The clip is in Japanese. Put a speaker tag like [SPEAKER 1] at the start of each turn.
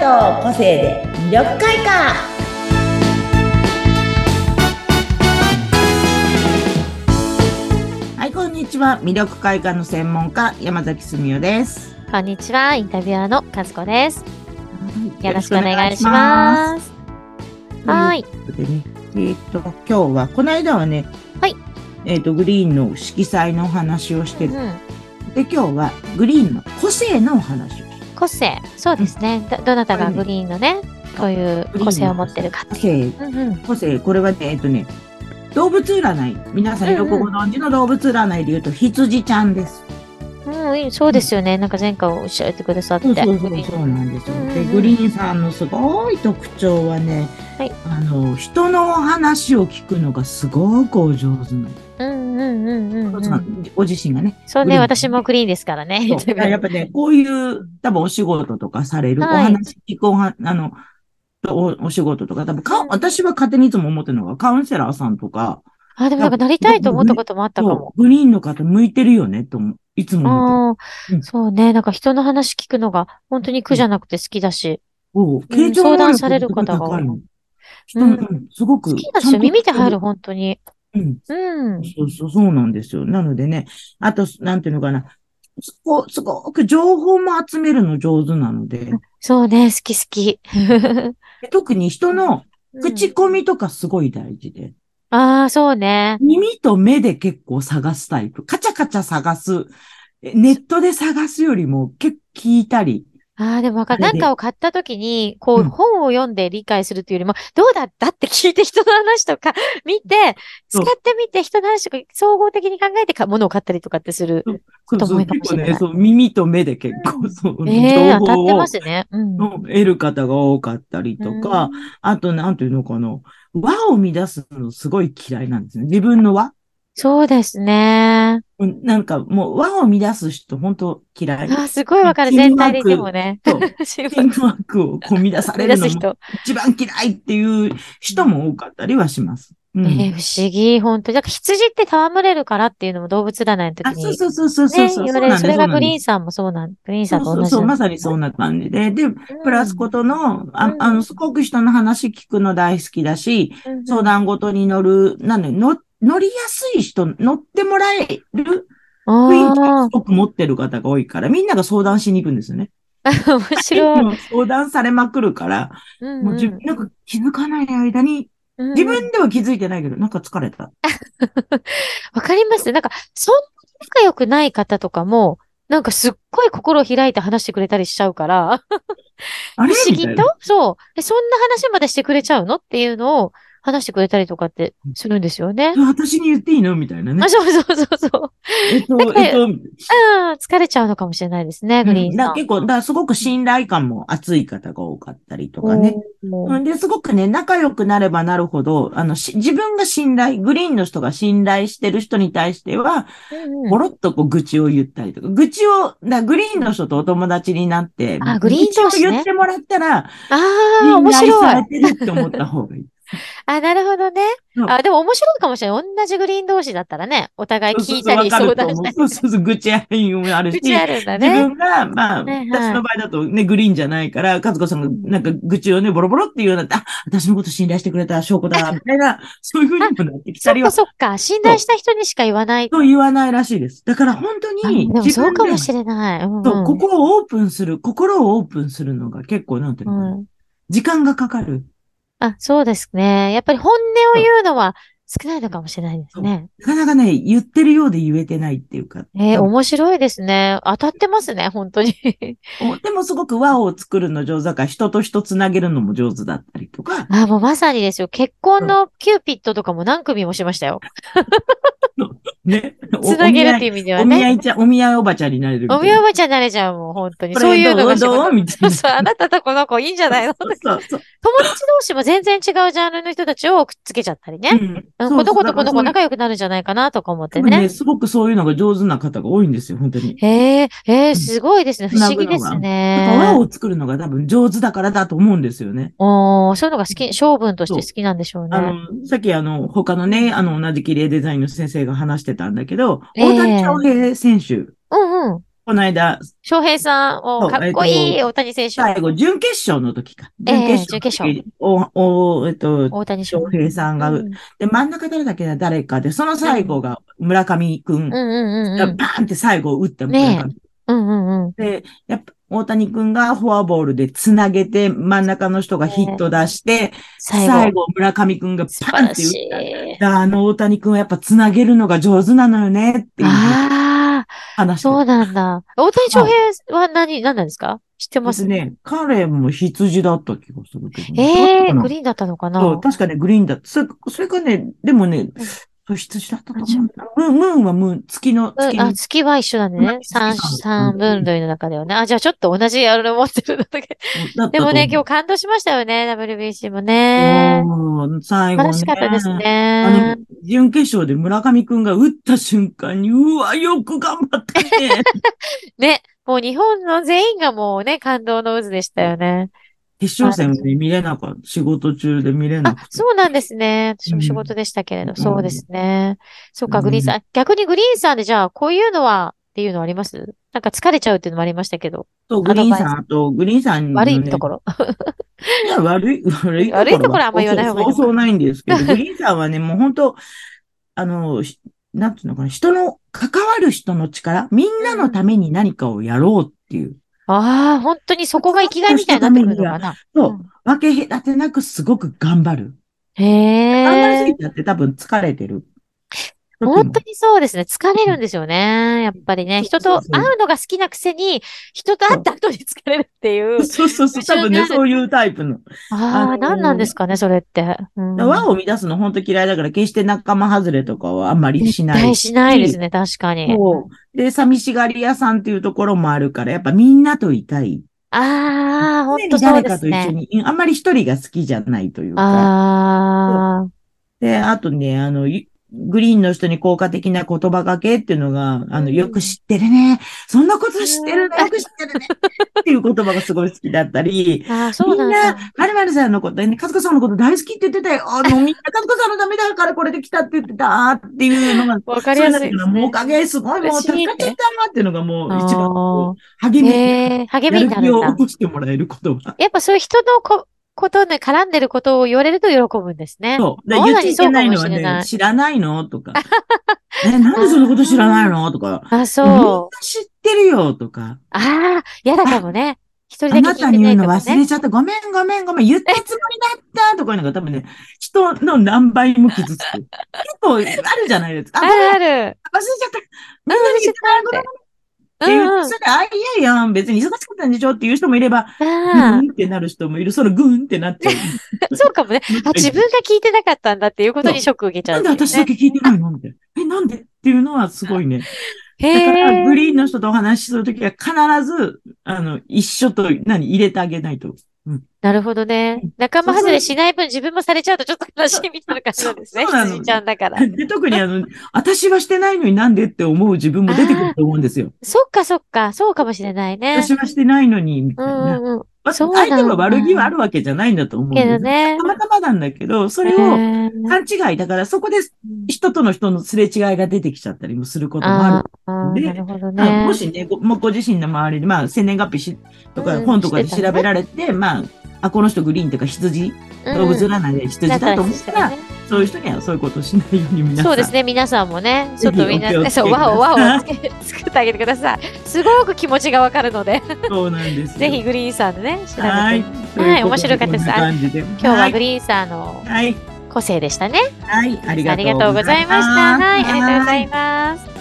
[SPEAKER 1] の個性で魅力開花はいこんにちは魅力開花の専門家山崎澄代です
[SPEAKER 2] こんにちは、インタビュアーの和子です。
[SPEAKER 1] はい
[SPEAKER 2] よろしくお願いします。はーい。
[SPEAKER 1] ということでね、えーっと今日はこの間はね
[SPEAKER 2] はい
[SPEAKER 1] えーっとグリーンの色彩のお話をして
[SPEAKER 2] う
[SPEAKER 1] る、
[SPEAKER 2] ん、
[SPEAKER 1] で今日はグリーンの個性のお話をして
[SPEAKER 2] 個性、そうですね。どどなたがグリーンのね、こういう個性を持ってるかっ
[SPEAKER 1] 個
[SPEAKER 2] ていう。
[SPEAKER 1] 性
[SPEAKER 2] うんうん。
[SPEAKER 1] 個性、これはね、えっとね、動物占い。皆さんよくご存知の動物占いで言うと、羊ちゃんです。
[SPEAKER 2] うんいい、そうですよね。なんか前回おっしゃってくださって。
[SPEAKER 1] そうなんですよ
[SPEAKER 2] うんうん。
[SPEAKER 1] で、グリーンさんのすごい特徴はね、
[SPEAKER 2] はい
[SPEAKER 1] あの、人のお話を聞くのがすごくお上手なの。
[SPEAKER 2] うんうんうんうんうん、
[SPEAKER 1] ご自身が ね。
[SPEAKER 2] そう
[SPEAKER 1] グリー
[SPEAKER 2] ね、
[SPEAKER 1] ン
[SPEAKER 2] 私もグリーンですからね。
[SPEAKER 1] そうだからやっぱね、こういう、多分お仕事とかされる、
[SPEAKER 2] はい
[SPEAKER 1] お話聞くおは、あの、おお仕事とか、多分か、
[SPEAKER 2] うん
[SPEAKER 1] 私は勝手にいつも思ってるのが、カウンセラーさんとか、
[SPEAKER 2] あ、でもなんかなりたいと思ったこともあったかも。
[SPEAKER 1] そうグリーンの方向いてるよねと思う。いつも思ってる。う
[SPEAKER 2] ああ、
[SPEAKER 1] ん
[SPEAKER 2] そうね。なんか人の話聞くのが本当に苦じゃなくて好きだし。
[SPEAKER 1] おう
[SPEAKER 2] うん
[SPEAKER 1] 傾聴
[SPEAKER 2] 相
[SPEAKER 1] 能
[SPEAKER 2] 談
[SPEAKER 1] 力
[SPEAKER 2] される方が
[SPEAKER 1] 高いの人
[SPEAKER 2] うん
[SPEAKER 1] うんすごく。
[SPEAKER 2] 好きだし、耳で入る、
[SPEAKER 1] う
[SPEAKER 2] 本当に。
[SPEAKER 1] ん。
[SPEAKER 2] うん。
[SPEAKER 1] そうそう、そうなんですよ。なのでね、あと、なんていうのかな。すごすごく情報も集めるの上手なので、
[SPEAKER 2] そうね、好き好き。
[SPEAKER 1] 特に人の 口
[SPEAKER 2] うん
[SPEAKER 1] コミとかすごい大事で、
[SPEAKER 2] ああ、そうね。
[SPEAKER 1] 耳と目で結構探すタイプ。カチャカチャ探す。えネットで探すよりも結構聞いたり、
[SPEAKER 2] ああ、でもわかる。
[SPEAKER 1] あ
[SPEAKER 2] な
[SPEAKER 1] れ
[SPEAKER 2] ん
[SPEAKER 1] で
[SPEAKER 2] かを買った時に、こ
[SPEAKER 1] う
[SPEAKER 2] う、
[SPEAKER 1] ん
[SPEAKER 2] 本を読んで理解するというよりも、どうだったって聞いて人の話とか 見て、使
[SPEAKER 1] そう
[SPEAKER 2] ってみて人の話とか総合的に考えてか、物を買ったりとかってする。
[SPEAKER 1] そう
[SPEAKER 2] と
[SPEAKER 1] そ
[SPEAKER 2] 思
[SPEAKER 1] う
[SPEAKER 2] いかもしれない
[SPEAKER 1] 結構ね、そう、耳と目で結構、そう、
[SPEAKER 2] ええ、
[SPEAKER 1] 情
[SPEAKER 2] 当たっ
[SPEAKER 1] 報
[SPEAKER 2] て
[SPEAKER 1] を
[SPEAKER 2] ますね。うん。
[SPEAKER 1] うん得る方が多かったりとか、あと、なんていうのかな、和を乱すのすごい嫌いなんですね。自分の和
[SPEAKER 2] そうですね。
[SPEAKER 1] うんなんかもう和を乱す人、本当嫌い。
[SPEAKER 2] ああ、すごいわかる。
[SPEAKER 1] チー
[SPEAKER 2] 全
[SPEAKER 1] ムワー
[SPEAKER 2] 体
[SPEAKER 1] ク
[SPEAKER 2] で言ってもね。
[SPEAKER 1] そう。
[SPEAKER 2] チーム
[SPEAKER 1] チー
[SPEAKER 2] ワーク
[SPEAKER 1] ムワークをこう乱さ
[SPEAKER 2] 生み
[SPEAKER 1] れ
[SPEAKER 2] 出
[SPEAKER 1] る
[SPEAKER 2] す
[SPEAKER 1] のも
[SPEAKER 2] 人。
[SPEAKER 1] 一番嫌いっていう人も多かったりはします。うん
[SPEAKER 2] ええ、不思議、本当に。だから羊って戯れるからっていうのも動物占いの時
[SPEAKER 1] あ、
[SPEAKER 2] に。
[SPEAKER 1] そうそうそうそうそう
[SPEAKER 2] ね、
[SPEAKER 1] そう。
[SPEAKER 2] 言
[SPEAKER 1] そ
[SPEAKER 2] わ
[SPEAKER 1] うな
[SPEAKER 2] れ
[SPEAKER 1] ん
[SPEAKER 2] る。
[SPEAKER 1] です
[SPEAKER 2] それがグリーン
[SPEAKER 1] ン
[SPEAKER 2] さんもそうなん、グリーンさ
[SPEAKER 1] そ
[SPEAKER 2] ん
[SPEAKER 1] う
[SPEAKER 2] と
[SPEAKER 1] そうそ
[SPEAKER 2] 同じ
[SPEAKER 1] う、
[SPEAKER 2] なん
[SPEAKER 1] ま
[SPEAKER 2] だ
[SPEAKER 1] さにそんな感じで。で、
[SPEAKER 2] うん
[SPEAKER 1] プラスことの、ああの、すごく人の話聞くの大好きだし、
[SPEAKER 2] うんうん
[SPEAKER 1] 相談ごとに乗る、なので、の乗りやすい人、乗ってもらえる雰囲気を
[SPEAKER 2] あ
[SPEAKER 1] すごく持ってる方が多いから、みんなが相談しに行くんですよね。
[SPEAKER 2] あ、面白い。
[SPEAKER 1] もう相談されまくるから、
[SPEAKER 2] うん
[SPEAKER 1] もう自分、なんか気づかない間に、
[SPEAKER 2] うん
[SPEAKER 1] 自分では気づいてないけど、なんか疲れた。
[SPEAKER 2] わかりますなんか、そんなに仲良くない方とかも、なんかすっごい心を開いて話してくれたりしちゃうから、
[SPEAKER 1] あ
[SPEAKER 2] 不
[SPEAKER 1] れ
[SPEAKER 2] 思
[SPEAKER 1] み
[SPEAKER 2] 議
[SPEAKER 1] たいな。
[SPEAKER 2] とそう。えそんな話までしてくれちゃうのっていうのを話してくれたりとかってするんですよね。
[SPEAKER 1] 私に言っていいのみたいなね
[SPEAKER 2] あ、。そうそうそうそう。
[SPEAKER 1] えっと
[SPEAKER 2] だ、から
[SPEAKER 1] えっと、
[SPEAKER 2] ああ、疲れちゃうのかもしれないですね、グリーン
[SPEAKER 1] だか
[SPEAKER 2] さ
[SPEAKER 1] ら
[SPEAKER 2] ん。
[SPEAKER 1] 結構、だからすごく信頼感も厚い方が多かったりとかね。
[SPEAKER 2] おー
[SPEAKER 1] うん、で、すごくね、仲良くなればなるほど、あの、し自分が信頼、グリーンの人が信頼してる人に対しては、
[SPEAKER 2] うんうん
[SPEAKER 1] ぼろっとこう愚痴を言ったりとか、愚痴を、だグリーンの人とお友達になって、
[SPEAKER 2] あグリーン同
[SPEAKER 1] 愚
[SPEAKER 2] 士ね
[SPEAKER 1] 痴を言ってもらったら、
[SPEAKER 2] ああ、面
[SPEAKER 1] 信頼
[SPEAKER 2] 白
[SPEAKER 1] さ
[SPEAKER 2] い
[SPEAKER 1] れ。てるって思った方がいい。
[SPEAKER 2] あ、なるほどね
[SPEAKER 1] う。ん
[SPEAKER 2] あ、でも面白いかもしれない。同じグリーン同士だったらね、お互い 聞いたり
[SPEAKER 1] そうそ
[SPEAKER 2] 相
[SPEAKER 1] うそう
[SPEAKER 2] 談
[SPEAKER 1] わ
[SPEAKER 2] し
[SPEAKER 1] かる
[SPEAKER 2] たり
[SPEAKER 1] と思う。そうそうそう、愚痴やいをあるし、
[SPEAKER 2] 口あるん
[SPEAKER 1] 自
[SPEAKER 2] だね。
[SPEAKER 1] 分が、まあ、
[SPEAKER 2] はいはい
[SPEAKER 1] 私の場合だとね、グリーンじゃないから、和子さんがなんか愚痴をね、ボロボロっていうようになって、あ、私のこと信頼してくれた証拠だ、みたいな、そういうふうにもなってき
[SPEAKER 2] そ
[SPEAKER 1] た
[SPEAKER 2] っ
[SPEAKER 1] り
[SPEAKER 2] か
[SPEAKER 1] は、
[SPEAKER 2] そっか。信頼した人にしか言わない。
[SPEAKER 1] と言わないらしいです。だから本当
[SPEAKER 2] あで
[SPEAKER 1] に、
[SPEAKER 2] も
[SPEAKER 1] 自
[SPEAKER 2] そう
[SPEAKER 1] 分
[SPEAKER 2] かも
[SPEAKER 1] で、
[SPEAKER 2] しれない。うんうん
[SPEAKER 1] そう、ここをオープンする、心をオープンするのが結構、なんていうのかな、
[SPEAKER 2] うん
[SPEAKER 1] 時間がかかる。
[SPEAKER 2] あ、そうですね。やっぱり本音を言うのは少ないのかもしれないですね。
[SPEAKER 1] なかなかね、言ってるようで言えてないっていうか。
[SPEAKER 2] えー
[SPEAKER 1] 多分
[SPEAKER 2] 面白いですね。当たってますね、本当に。
[SPEAKER 1] おでもすごく和を作るの上手だから、人と人つなげるのも上手だったりとか、
[SPEAKER 2] あ、もうまさにですよ。結婚のキューピッドとかも何組もしましたよ。
[SPEAKER 1] ね。お
[SPEAKER 2] つなげるっていう意味では
[SPEAKER 1] お見合
[SPEAKER 2] ね。
[SPEAKER 1] いちゃん、お見合いおばちゃんになれるみた
[SPEAKER 2] お
[SPEAKER 1] いな。
[SPEAKER 2] 見合いおばちゃんになれちゃうもん、本当に。
[SPEAKER 1] こ
[SPEAKER 2] そう
[SPEAKER 1] れ
[SPEAKER 2] い
[SPEAKER 1] ど
[SPEAKER 2] うのが仕
[SPEAKER 1] ど
[SPEAKER 2] 事
[SPEAKER 1] うみたいな。
[SPEAKER 2] そう、あなたとこの子いいんじゃないの友
[SPEAKER 1] そうそう。
[SPEAKER 2] 達同士も全然違うジャンルの人たちをくっつけちゃったりね。
[SPEAKER 1] うん
[SPEAKER 2] うん
[SPEAKER 1] そう
[SPEAKER 2] この子とこ
[SPEAKER 1] だ
[SPEAKER 2] の子
[SPEAKER 1] から
[SPEAKER 2] 仲良くなるんじゃないかなとか思って
[SPEAKER 1] そういう多分
[SPEAKER 2] ね
[SPEAKER 1] ね、。すごくそういうのが上手な方が多いんですよ、本当に。
[SPEAKER 2] へえ、へえ、
[SPEAKER 1] ん
[SPEAKER 2] すごいですね。不思議で
[SPEAKER 1] つなぐのだ
[SPEAKER 2] す
[SPEAKER 1] から
[SPEAKER 2] ね
[SPEAKER 1] 和。を作るのが多分上手だからだと思うんですよね。
[SPEAKER 2] おーそういうのが好き、性分として好きなんでしょう
[SPEAKER 1] あ
[SPEAKER 2] ね。
[SPEAKER 1] の、さっきあの、他のね、あの、同じ綺麗デザインの先生が話してたんだけど、
[SPEAKER 2] ええ
[SPEAKER 1] 大谷翔平選手
[SPEAKER 2] うんうん。
[SPEAKER 1] この間、
[SPEAKER 2] 翔平さんを、
[SPEAKER 1] そう
[SPEAKER 2] かっこい
[SPEAKER 1] え
[SPEAKER 2] い
[SPEAKER 1] っ
[SPEAKER 2] 大谷選手。
[SPEAKER 1] 最後、準決勝の時か。
[SPEAKER 2] ええ
[SPEAKER 1] 準決勝の時。お、お、えっと、
[SPEAKER 2] 大谷翔
[SPEAKER 1] 翔平さんが、
[SPEAKER 2] うん
[SPEAKER 1] で、真ん中誰だっけな、誰かで、その最後が村上くん
[SPEAKER 2] う
[SPEAKER 1] が
[SPEAKER 2] んうんうんう
[SPEAKER 1] バ
[SPEAKER 2] ん。
[SPEAKER 1] ーンって最後打った
[SPEAKER 2] ねえ
[SPEAKER 1] 村上
[SPEAKER 2] うんうんうん。
[SPEAKER 1] で、やっぱ大谷くんがフォアボールでつなげて、真ん中の人がヒット出して、
[SPEAKER 2] 最後。
[SPEAKER 1] 最後村上くんが
[SPEAKER 2] 素
[SPEAKER 1] パ
[SPEAKER 2] 晴
[SPEAKER 1] ンっ
[SPEAKER 2] ら
[SPEAKER 1] て
[SPEAKER 2] し
[SPEAKER 1] 打っ
[SPEAKER 2] い。
[SPEAKER 1] た。あの大谷くんはやっぱつなげるのが上手なのよねっていう
[SPEAKER 2] ああ、
[SPEAKER 1] 話
[SPEAKER 2] そううなんだ。大谷翔平は何、何なんですか知ってま
[SPEAKER 1] ですすね。彼も羊だった気がするけど、
[SPEAKER 2] ええ
[SPEAKER 1] そうなの
[SPEAKER 2] グリーンだったのか
[SPEAKER 1] そう、
[SPEAKER 2] な
[SPEAKER 1] 確かね、グリーンだ。それ、それかね、でもね、そう、羊だったと思うんだ。ムーン、ムーンはムーン、月の、
[SPEAKER 2] う
[SPEAKER 1] 月
[SPEAKER 2] ん、
[SPEAKER 1] の
[SPEAKER 2] あ、月は一緒なんでね。三、
[SPEAKER 1] 月
[SPEAKER 2] 三分類の中だよね。あ、じゃあちょっと同じあれ持ってるんだけど。
[SPEAKER 1] だった
[SPEAKER 2] で
[SPEAKER 1] と思
[SPEAKER 2] も
[SPEAKER 1] う
[SPEAKER 2] ね、今日感動しましたよね、WBC もね。
[SPEAKER 1] うん最後
[SPEAKER 2] 素
[SPEAKER 1] ね。
[SPEAKER 2] 晴らしかったです
[SPEAKER 1] あの、
[SPEAKER 2] ね。
[SPEAKER 1] 準決勝で村上くんが打った瞬間に、うわ、よく頑張った ね。
[SPEAKER 2] ね、もう日本の全員がもうね、感動の渦でしたよね。
[SPEAKER 1] 決勝戦で見れなかった。仕事中で見れな
[SPEAKER 2] あ
[SPEAKER 1] く、て。
[SPEAKER 2] そうなんですね。私も仕事でしたけれど、そうですね。そっか、グリーンさん。逆にグリーンさんでじゃあ、こういうのはっていうのはありますなんか疲れちゃうっていうのもありましたけど、
[SPEAKER 1] と、グリーン
[SPEAKER 2] アドバ
[SPEAKER 1] さん、あと、グリーンさんのね
[SPEAKER 2] 悪いところ。
[SPEAKER 1] いや、 悪い、悪いところは。
[SPEAKER 2] 悪いところはあんま言わない方が
[SPEAKER 1] そう
[SPEAKER 2] いいのか
[SPEAKER 1] そうそうないんです けど、グリーンさんはね、もう本当あの、しなんていうのかな、人の、関わる人の力、みんなのために何かをやろうっていう。
[SPEAKER 2] ああ、本当にそこが生きがいみたいになってくるのかな。。
[SPEAKER 1] そううん分け隔てなくすごく頑張る。
[SPEAKER 2] へ
[SPEAKER 1] 頑張りす
[SPEAKER 2] え
[SPEAKER 1] ぎ。ちゃって多分疲れてる。
[SPEAKER 2] 本当にそうですね。疲れるんですよね。やっぱりね。人
[SPEAKER 1] そうそう
[SPEAKER 2] と
[SPEAKER 1] そう
[SPEAKER 2] 会うのが好きなくせに、人と会った後に疲れるってい う。
[SPEAKER 1] そうそうそう、多分ね、そういうタイプの。
[SPEAKER 2] あ
[SPEAKER 1] あの
[SPEAKER 2] あ、
[SPEAKER 1] ー
[SPEAKER 2] 何なんですかね、それって。うん
[SPEAKER 1] 輪を乱すの本当嫌いだから、決して仲間外れとかはあんまりしない
[SPEAKER 2] 絶対。しないですね、確かに。
[SPEAKER 1] そうで、寂しがり屋さんっていうところもあるから、やっぱみんなといたい。
[SPEAKER 2] ああ、本当そう
[SPEAKER 1] 誰
[SPEAKER 2] で
[SPEAKER 1] か
[SPEAKER 2] す
[SPEAKER 1] と一緒
[SPEAKER 2] ね。
[SPEAKER 1] に、うんあんまり一人が好きじゃないというか。
[SPEAKER 2] あ
[SPEAKER 1] で、あとね、あの、ゆグリーンの人に効果的な言葉がけっていうのが、あの、
[SPEAKER 2] うん
[SPEAKER 1] よく知ってるね。そんなこと知ってるね。よく知ってるね。っていう言葉がすごい好きだったり、
[SPEAKER 2] あ、ああ、そ
[SPEAKER 1] み
[SPEAKER 2] うんなん
[SPEAKER 1] な
[SPEAKER 2] だ。、
[SPEAKER 1] まるまるさんのことね、かずこさんのこと大好きって言ってたよ。あの、みんなかずこさんのためだからこれで来たって言ってたっていうのが、
[SPEAKER 2] わかりやすいです
[SPEAKER 1] そううのがもうお
[SPEAKER 2] ね。
[SPEAKER 1] かげすごい、もう
[SPEAKER 2] 嬉し
[SPEAKER 1] 助
[SPEAKER 2] いね
[SPEAKER 1] かっちゃったなっていうのがもう一番こう
[SPEAKER 2] あ
[SPEAKER 1] 励
[SPEAKER 2] ー
[SPEAKER 1] み、
[SPEAKER 2] へえ、励み
[SPEAKER 1] やる
[SPEAKER 2] にな
[SPEAKER 1] 気
[SPEAKER 2] るん
[SPEAKER 1] を
[SPEAKER 2] だ
[SPEAKER 1] 起。こしてもらえる言葉。
[SPEAKER 2] やっぱそういう人のこ、ことに絡んでることを言われると喜ぶんですね。
[SPEAKER 1] そう。で、
[SPEAKER 2] ま
[SPEAKER 1] 言っちゃ
[SPEAKER 2] さに
[SPEAKER 1] い
[SPEAKER 2] そ
[SPEAKER 1] け
[SPEAKER 2] うか
[SPEAKER 1] ない
[SPEAKER 2] も
[SPEAKER 1] の
[SPEAKER 2] し
[SPEAKER 1] は
[SPEAKER 2] れな
[SPEAKER 1] ね、
[SPEAKER 2] い。
[SPEAKER 1] 知らないのと か。え、なんでそのこと知らないのとか。
[SPEAKER 2] あ、
[SPEAKER 1] みんな
[SPEAKER 2] そう。
[SPEAKER 1] 知ってるよとか。
[SPEAKER 2] ああ、嫌だかもね。一人だ
[SPEAKER 1] あ
[SPEAKER 2] け
[SPEAKER 1] な
[SPEAKER 2] 聞
[SPEAKER 1] た
[SPEAKER 2] いて
[SPEAKER 1] に
[SPEAKER 2] な
[SPEAKER 1] 言う
[SPEAKER 2] い
[SPEAKER 1] の
[SPEAKER 2] とか
[SPEAKER 1] 忘
[SPEAKER 2] ね。
[SPEAKER 1] れちゃった。ごめんごめんごめん。言ったつもりだったとかいうのが多分ね、人の何倍も傷つく。結構あるじゃないですか。
[SPEAKER 2] あ
[SPEAKER 1] あ、ご
[SPEAKER 2] る
[SPEAKER 1] めん忘れ
[SPEAKER 2] ある。
[SPEAKER 1] ちゃった。みんなに言ってないことっ
[SPEAKER 2] う
[SPEAKER 1] て
[SPEAKER 2] ん
[SPEAKER 1] 言
[SPEAKER 2] う
[SPEAKER 1] っ
[SPEAKER 2] ん。
[SPEAKER 1] てたら、あ、いやいや、別に忙しかったんでしょっていう人もいれば、
[SPEAKER 2] あ
[SPEAKER 1] グ
[SPEAKER 2] あ
[SPEAKER 1] ーンってなる人もいる。そのグーンってなっちゃう。
[SPEAKER 2] そうかもね。あ、自分が聞いてなかったんだっていうことにショック受けちゃ
[SPEAKER 1] な
[SPEAKER 2] うんって
[SPEAKER 1] で
[SPEAKER 2] いうね。
[SPEAKER 1] 私だけ聞いてないのみたいな。え、なんでっていうのはすごいね。だから、
[SPEAKER 2] へえ。
[SPEAKER 1] グリーンの人とお話しするときは必ず、あの、一緒と、何、入れてあげないと。
[SPEAKER 2] なるほどね
[SPEAKER 1] う。
[SPEAKER 2] 仲間
[SPEAKER 1] そうそう
[SPEAKER 2] 外れしない分自分もされちゃうとちょっと悲しいみたいな感じなんですね。
[SPEAKER 1] そうそうなの
[SPEAKER 2] 羊ちゃんだから。
[SPEAKER 1] で、特にあの、私はしてないのになんでって思う自分も出てくると思うんですよ。
[SPEAKER 2] そっかそっか。そうかもしれないね。
[SPEAKER 1] 私はしてないのに、み
[SPEAKER 2] う
[SPEAKER 1] たいな。
[SPEAKER 2] んうんうん。
[SPEAKER 1] まあ
[SPEAKER 2] そうなんだ
[SPEAKER 1] 相手は悪気はあるわけじゃないんだと思うんで
[SPEAKER 2] け
[SPEAKER 1] す
[SPEAKER 2] ど
[SPEAKER 1] よ。
[SPEAKER 2] ね
[SPEAKER 1] た。またまなんだけど、それ
[SPEAKER 2] へ
[SPEAKER 1] を
[SPEAKER 2] え
[SPEAKER 1] 勘違いだから、そこで人との人のすれ違いが出てきちゃったりもすることもある
[SPEAKER 2] ああ、ああ
[SPEAKER 1] で
[SPEAKER 2] なるほど
[SPEAKER 1] まあ
[SPEAKER 2] ね。
[SPEAKER 1] もしね、ごもうご自身の周りで、まあ、生年月日しとか
[SPEAKER 2] うん
[SPEAKER 1] 本とかで
[SPEAKER 2] してたね
[SPEAKER 1] 調べられて、まあ、あ、この人グリーンとか羊、
[SPEAKER 2] うん
[SPEAKER 1] 動物占いで羊だと思ったら、
[SPEAKER 2] ね
[SPEAKER 1] そういう人にはそういうことをしないように皆さん。
[SPEAKER 2] そうですね、皆さんもね、ち
[SPEAKER 1] ぜ
[SPEAKER 2] ょっ
[SPEAKER 1] ひ
[SPEAKER 2] とみんな、
[SPEAKER 1] お気をつけ
[SPEAKER 2] そう、
[SPEAKER 1] くださ
[SPEAKER 2] わ
[SPEAKER 1] い
[SPEAKER 2] おわおつけ、作ってあげてください。すごく気持ちがわかるので、
[SPEAKER 1] そうなんですよ。
[SPEAKER 2] ぜひグリーンさんでね、調べて。
[SPEAKER 1] はい。
[SPEAKER 2] はい面白かったで
[SPEAKER 1] ということこ
[SPEAKER 2] す
[SPEAKER 1] んな感じで。
[SPEAKER 2] 今日はグ
[SPEAKER 1] リ
[SPEAKER 2] リーンさん
[SPEAKER 1] ー
[SPEAKER 2] の
[SPEAKER 1] ン。はい。
[SPEAKER 2] 個性でしたね。
[SPEAKER 1] はい。あり
[SPEAKER 2] あ
[SPEAKER 1] が
[SPEAKER 2] りがとうございました。はい、ありがとうございます。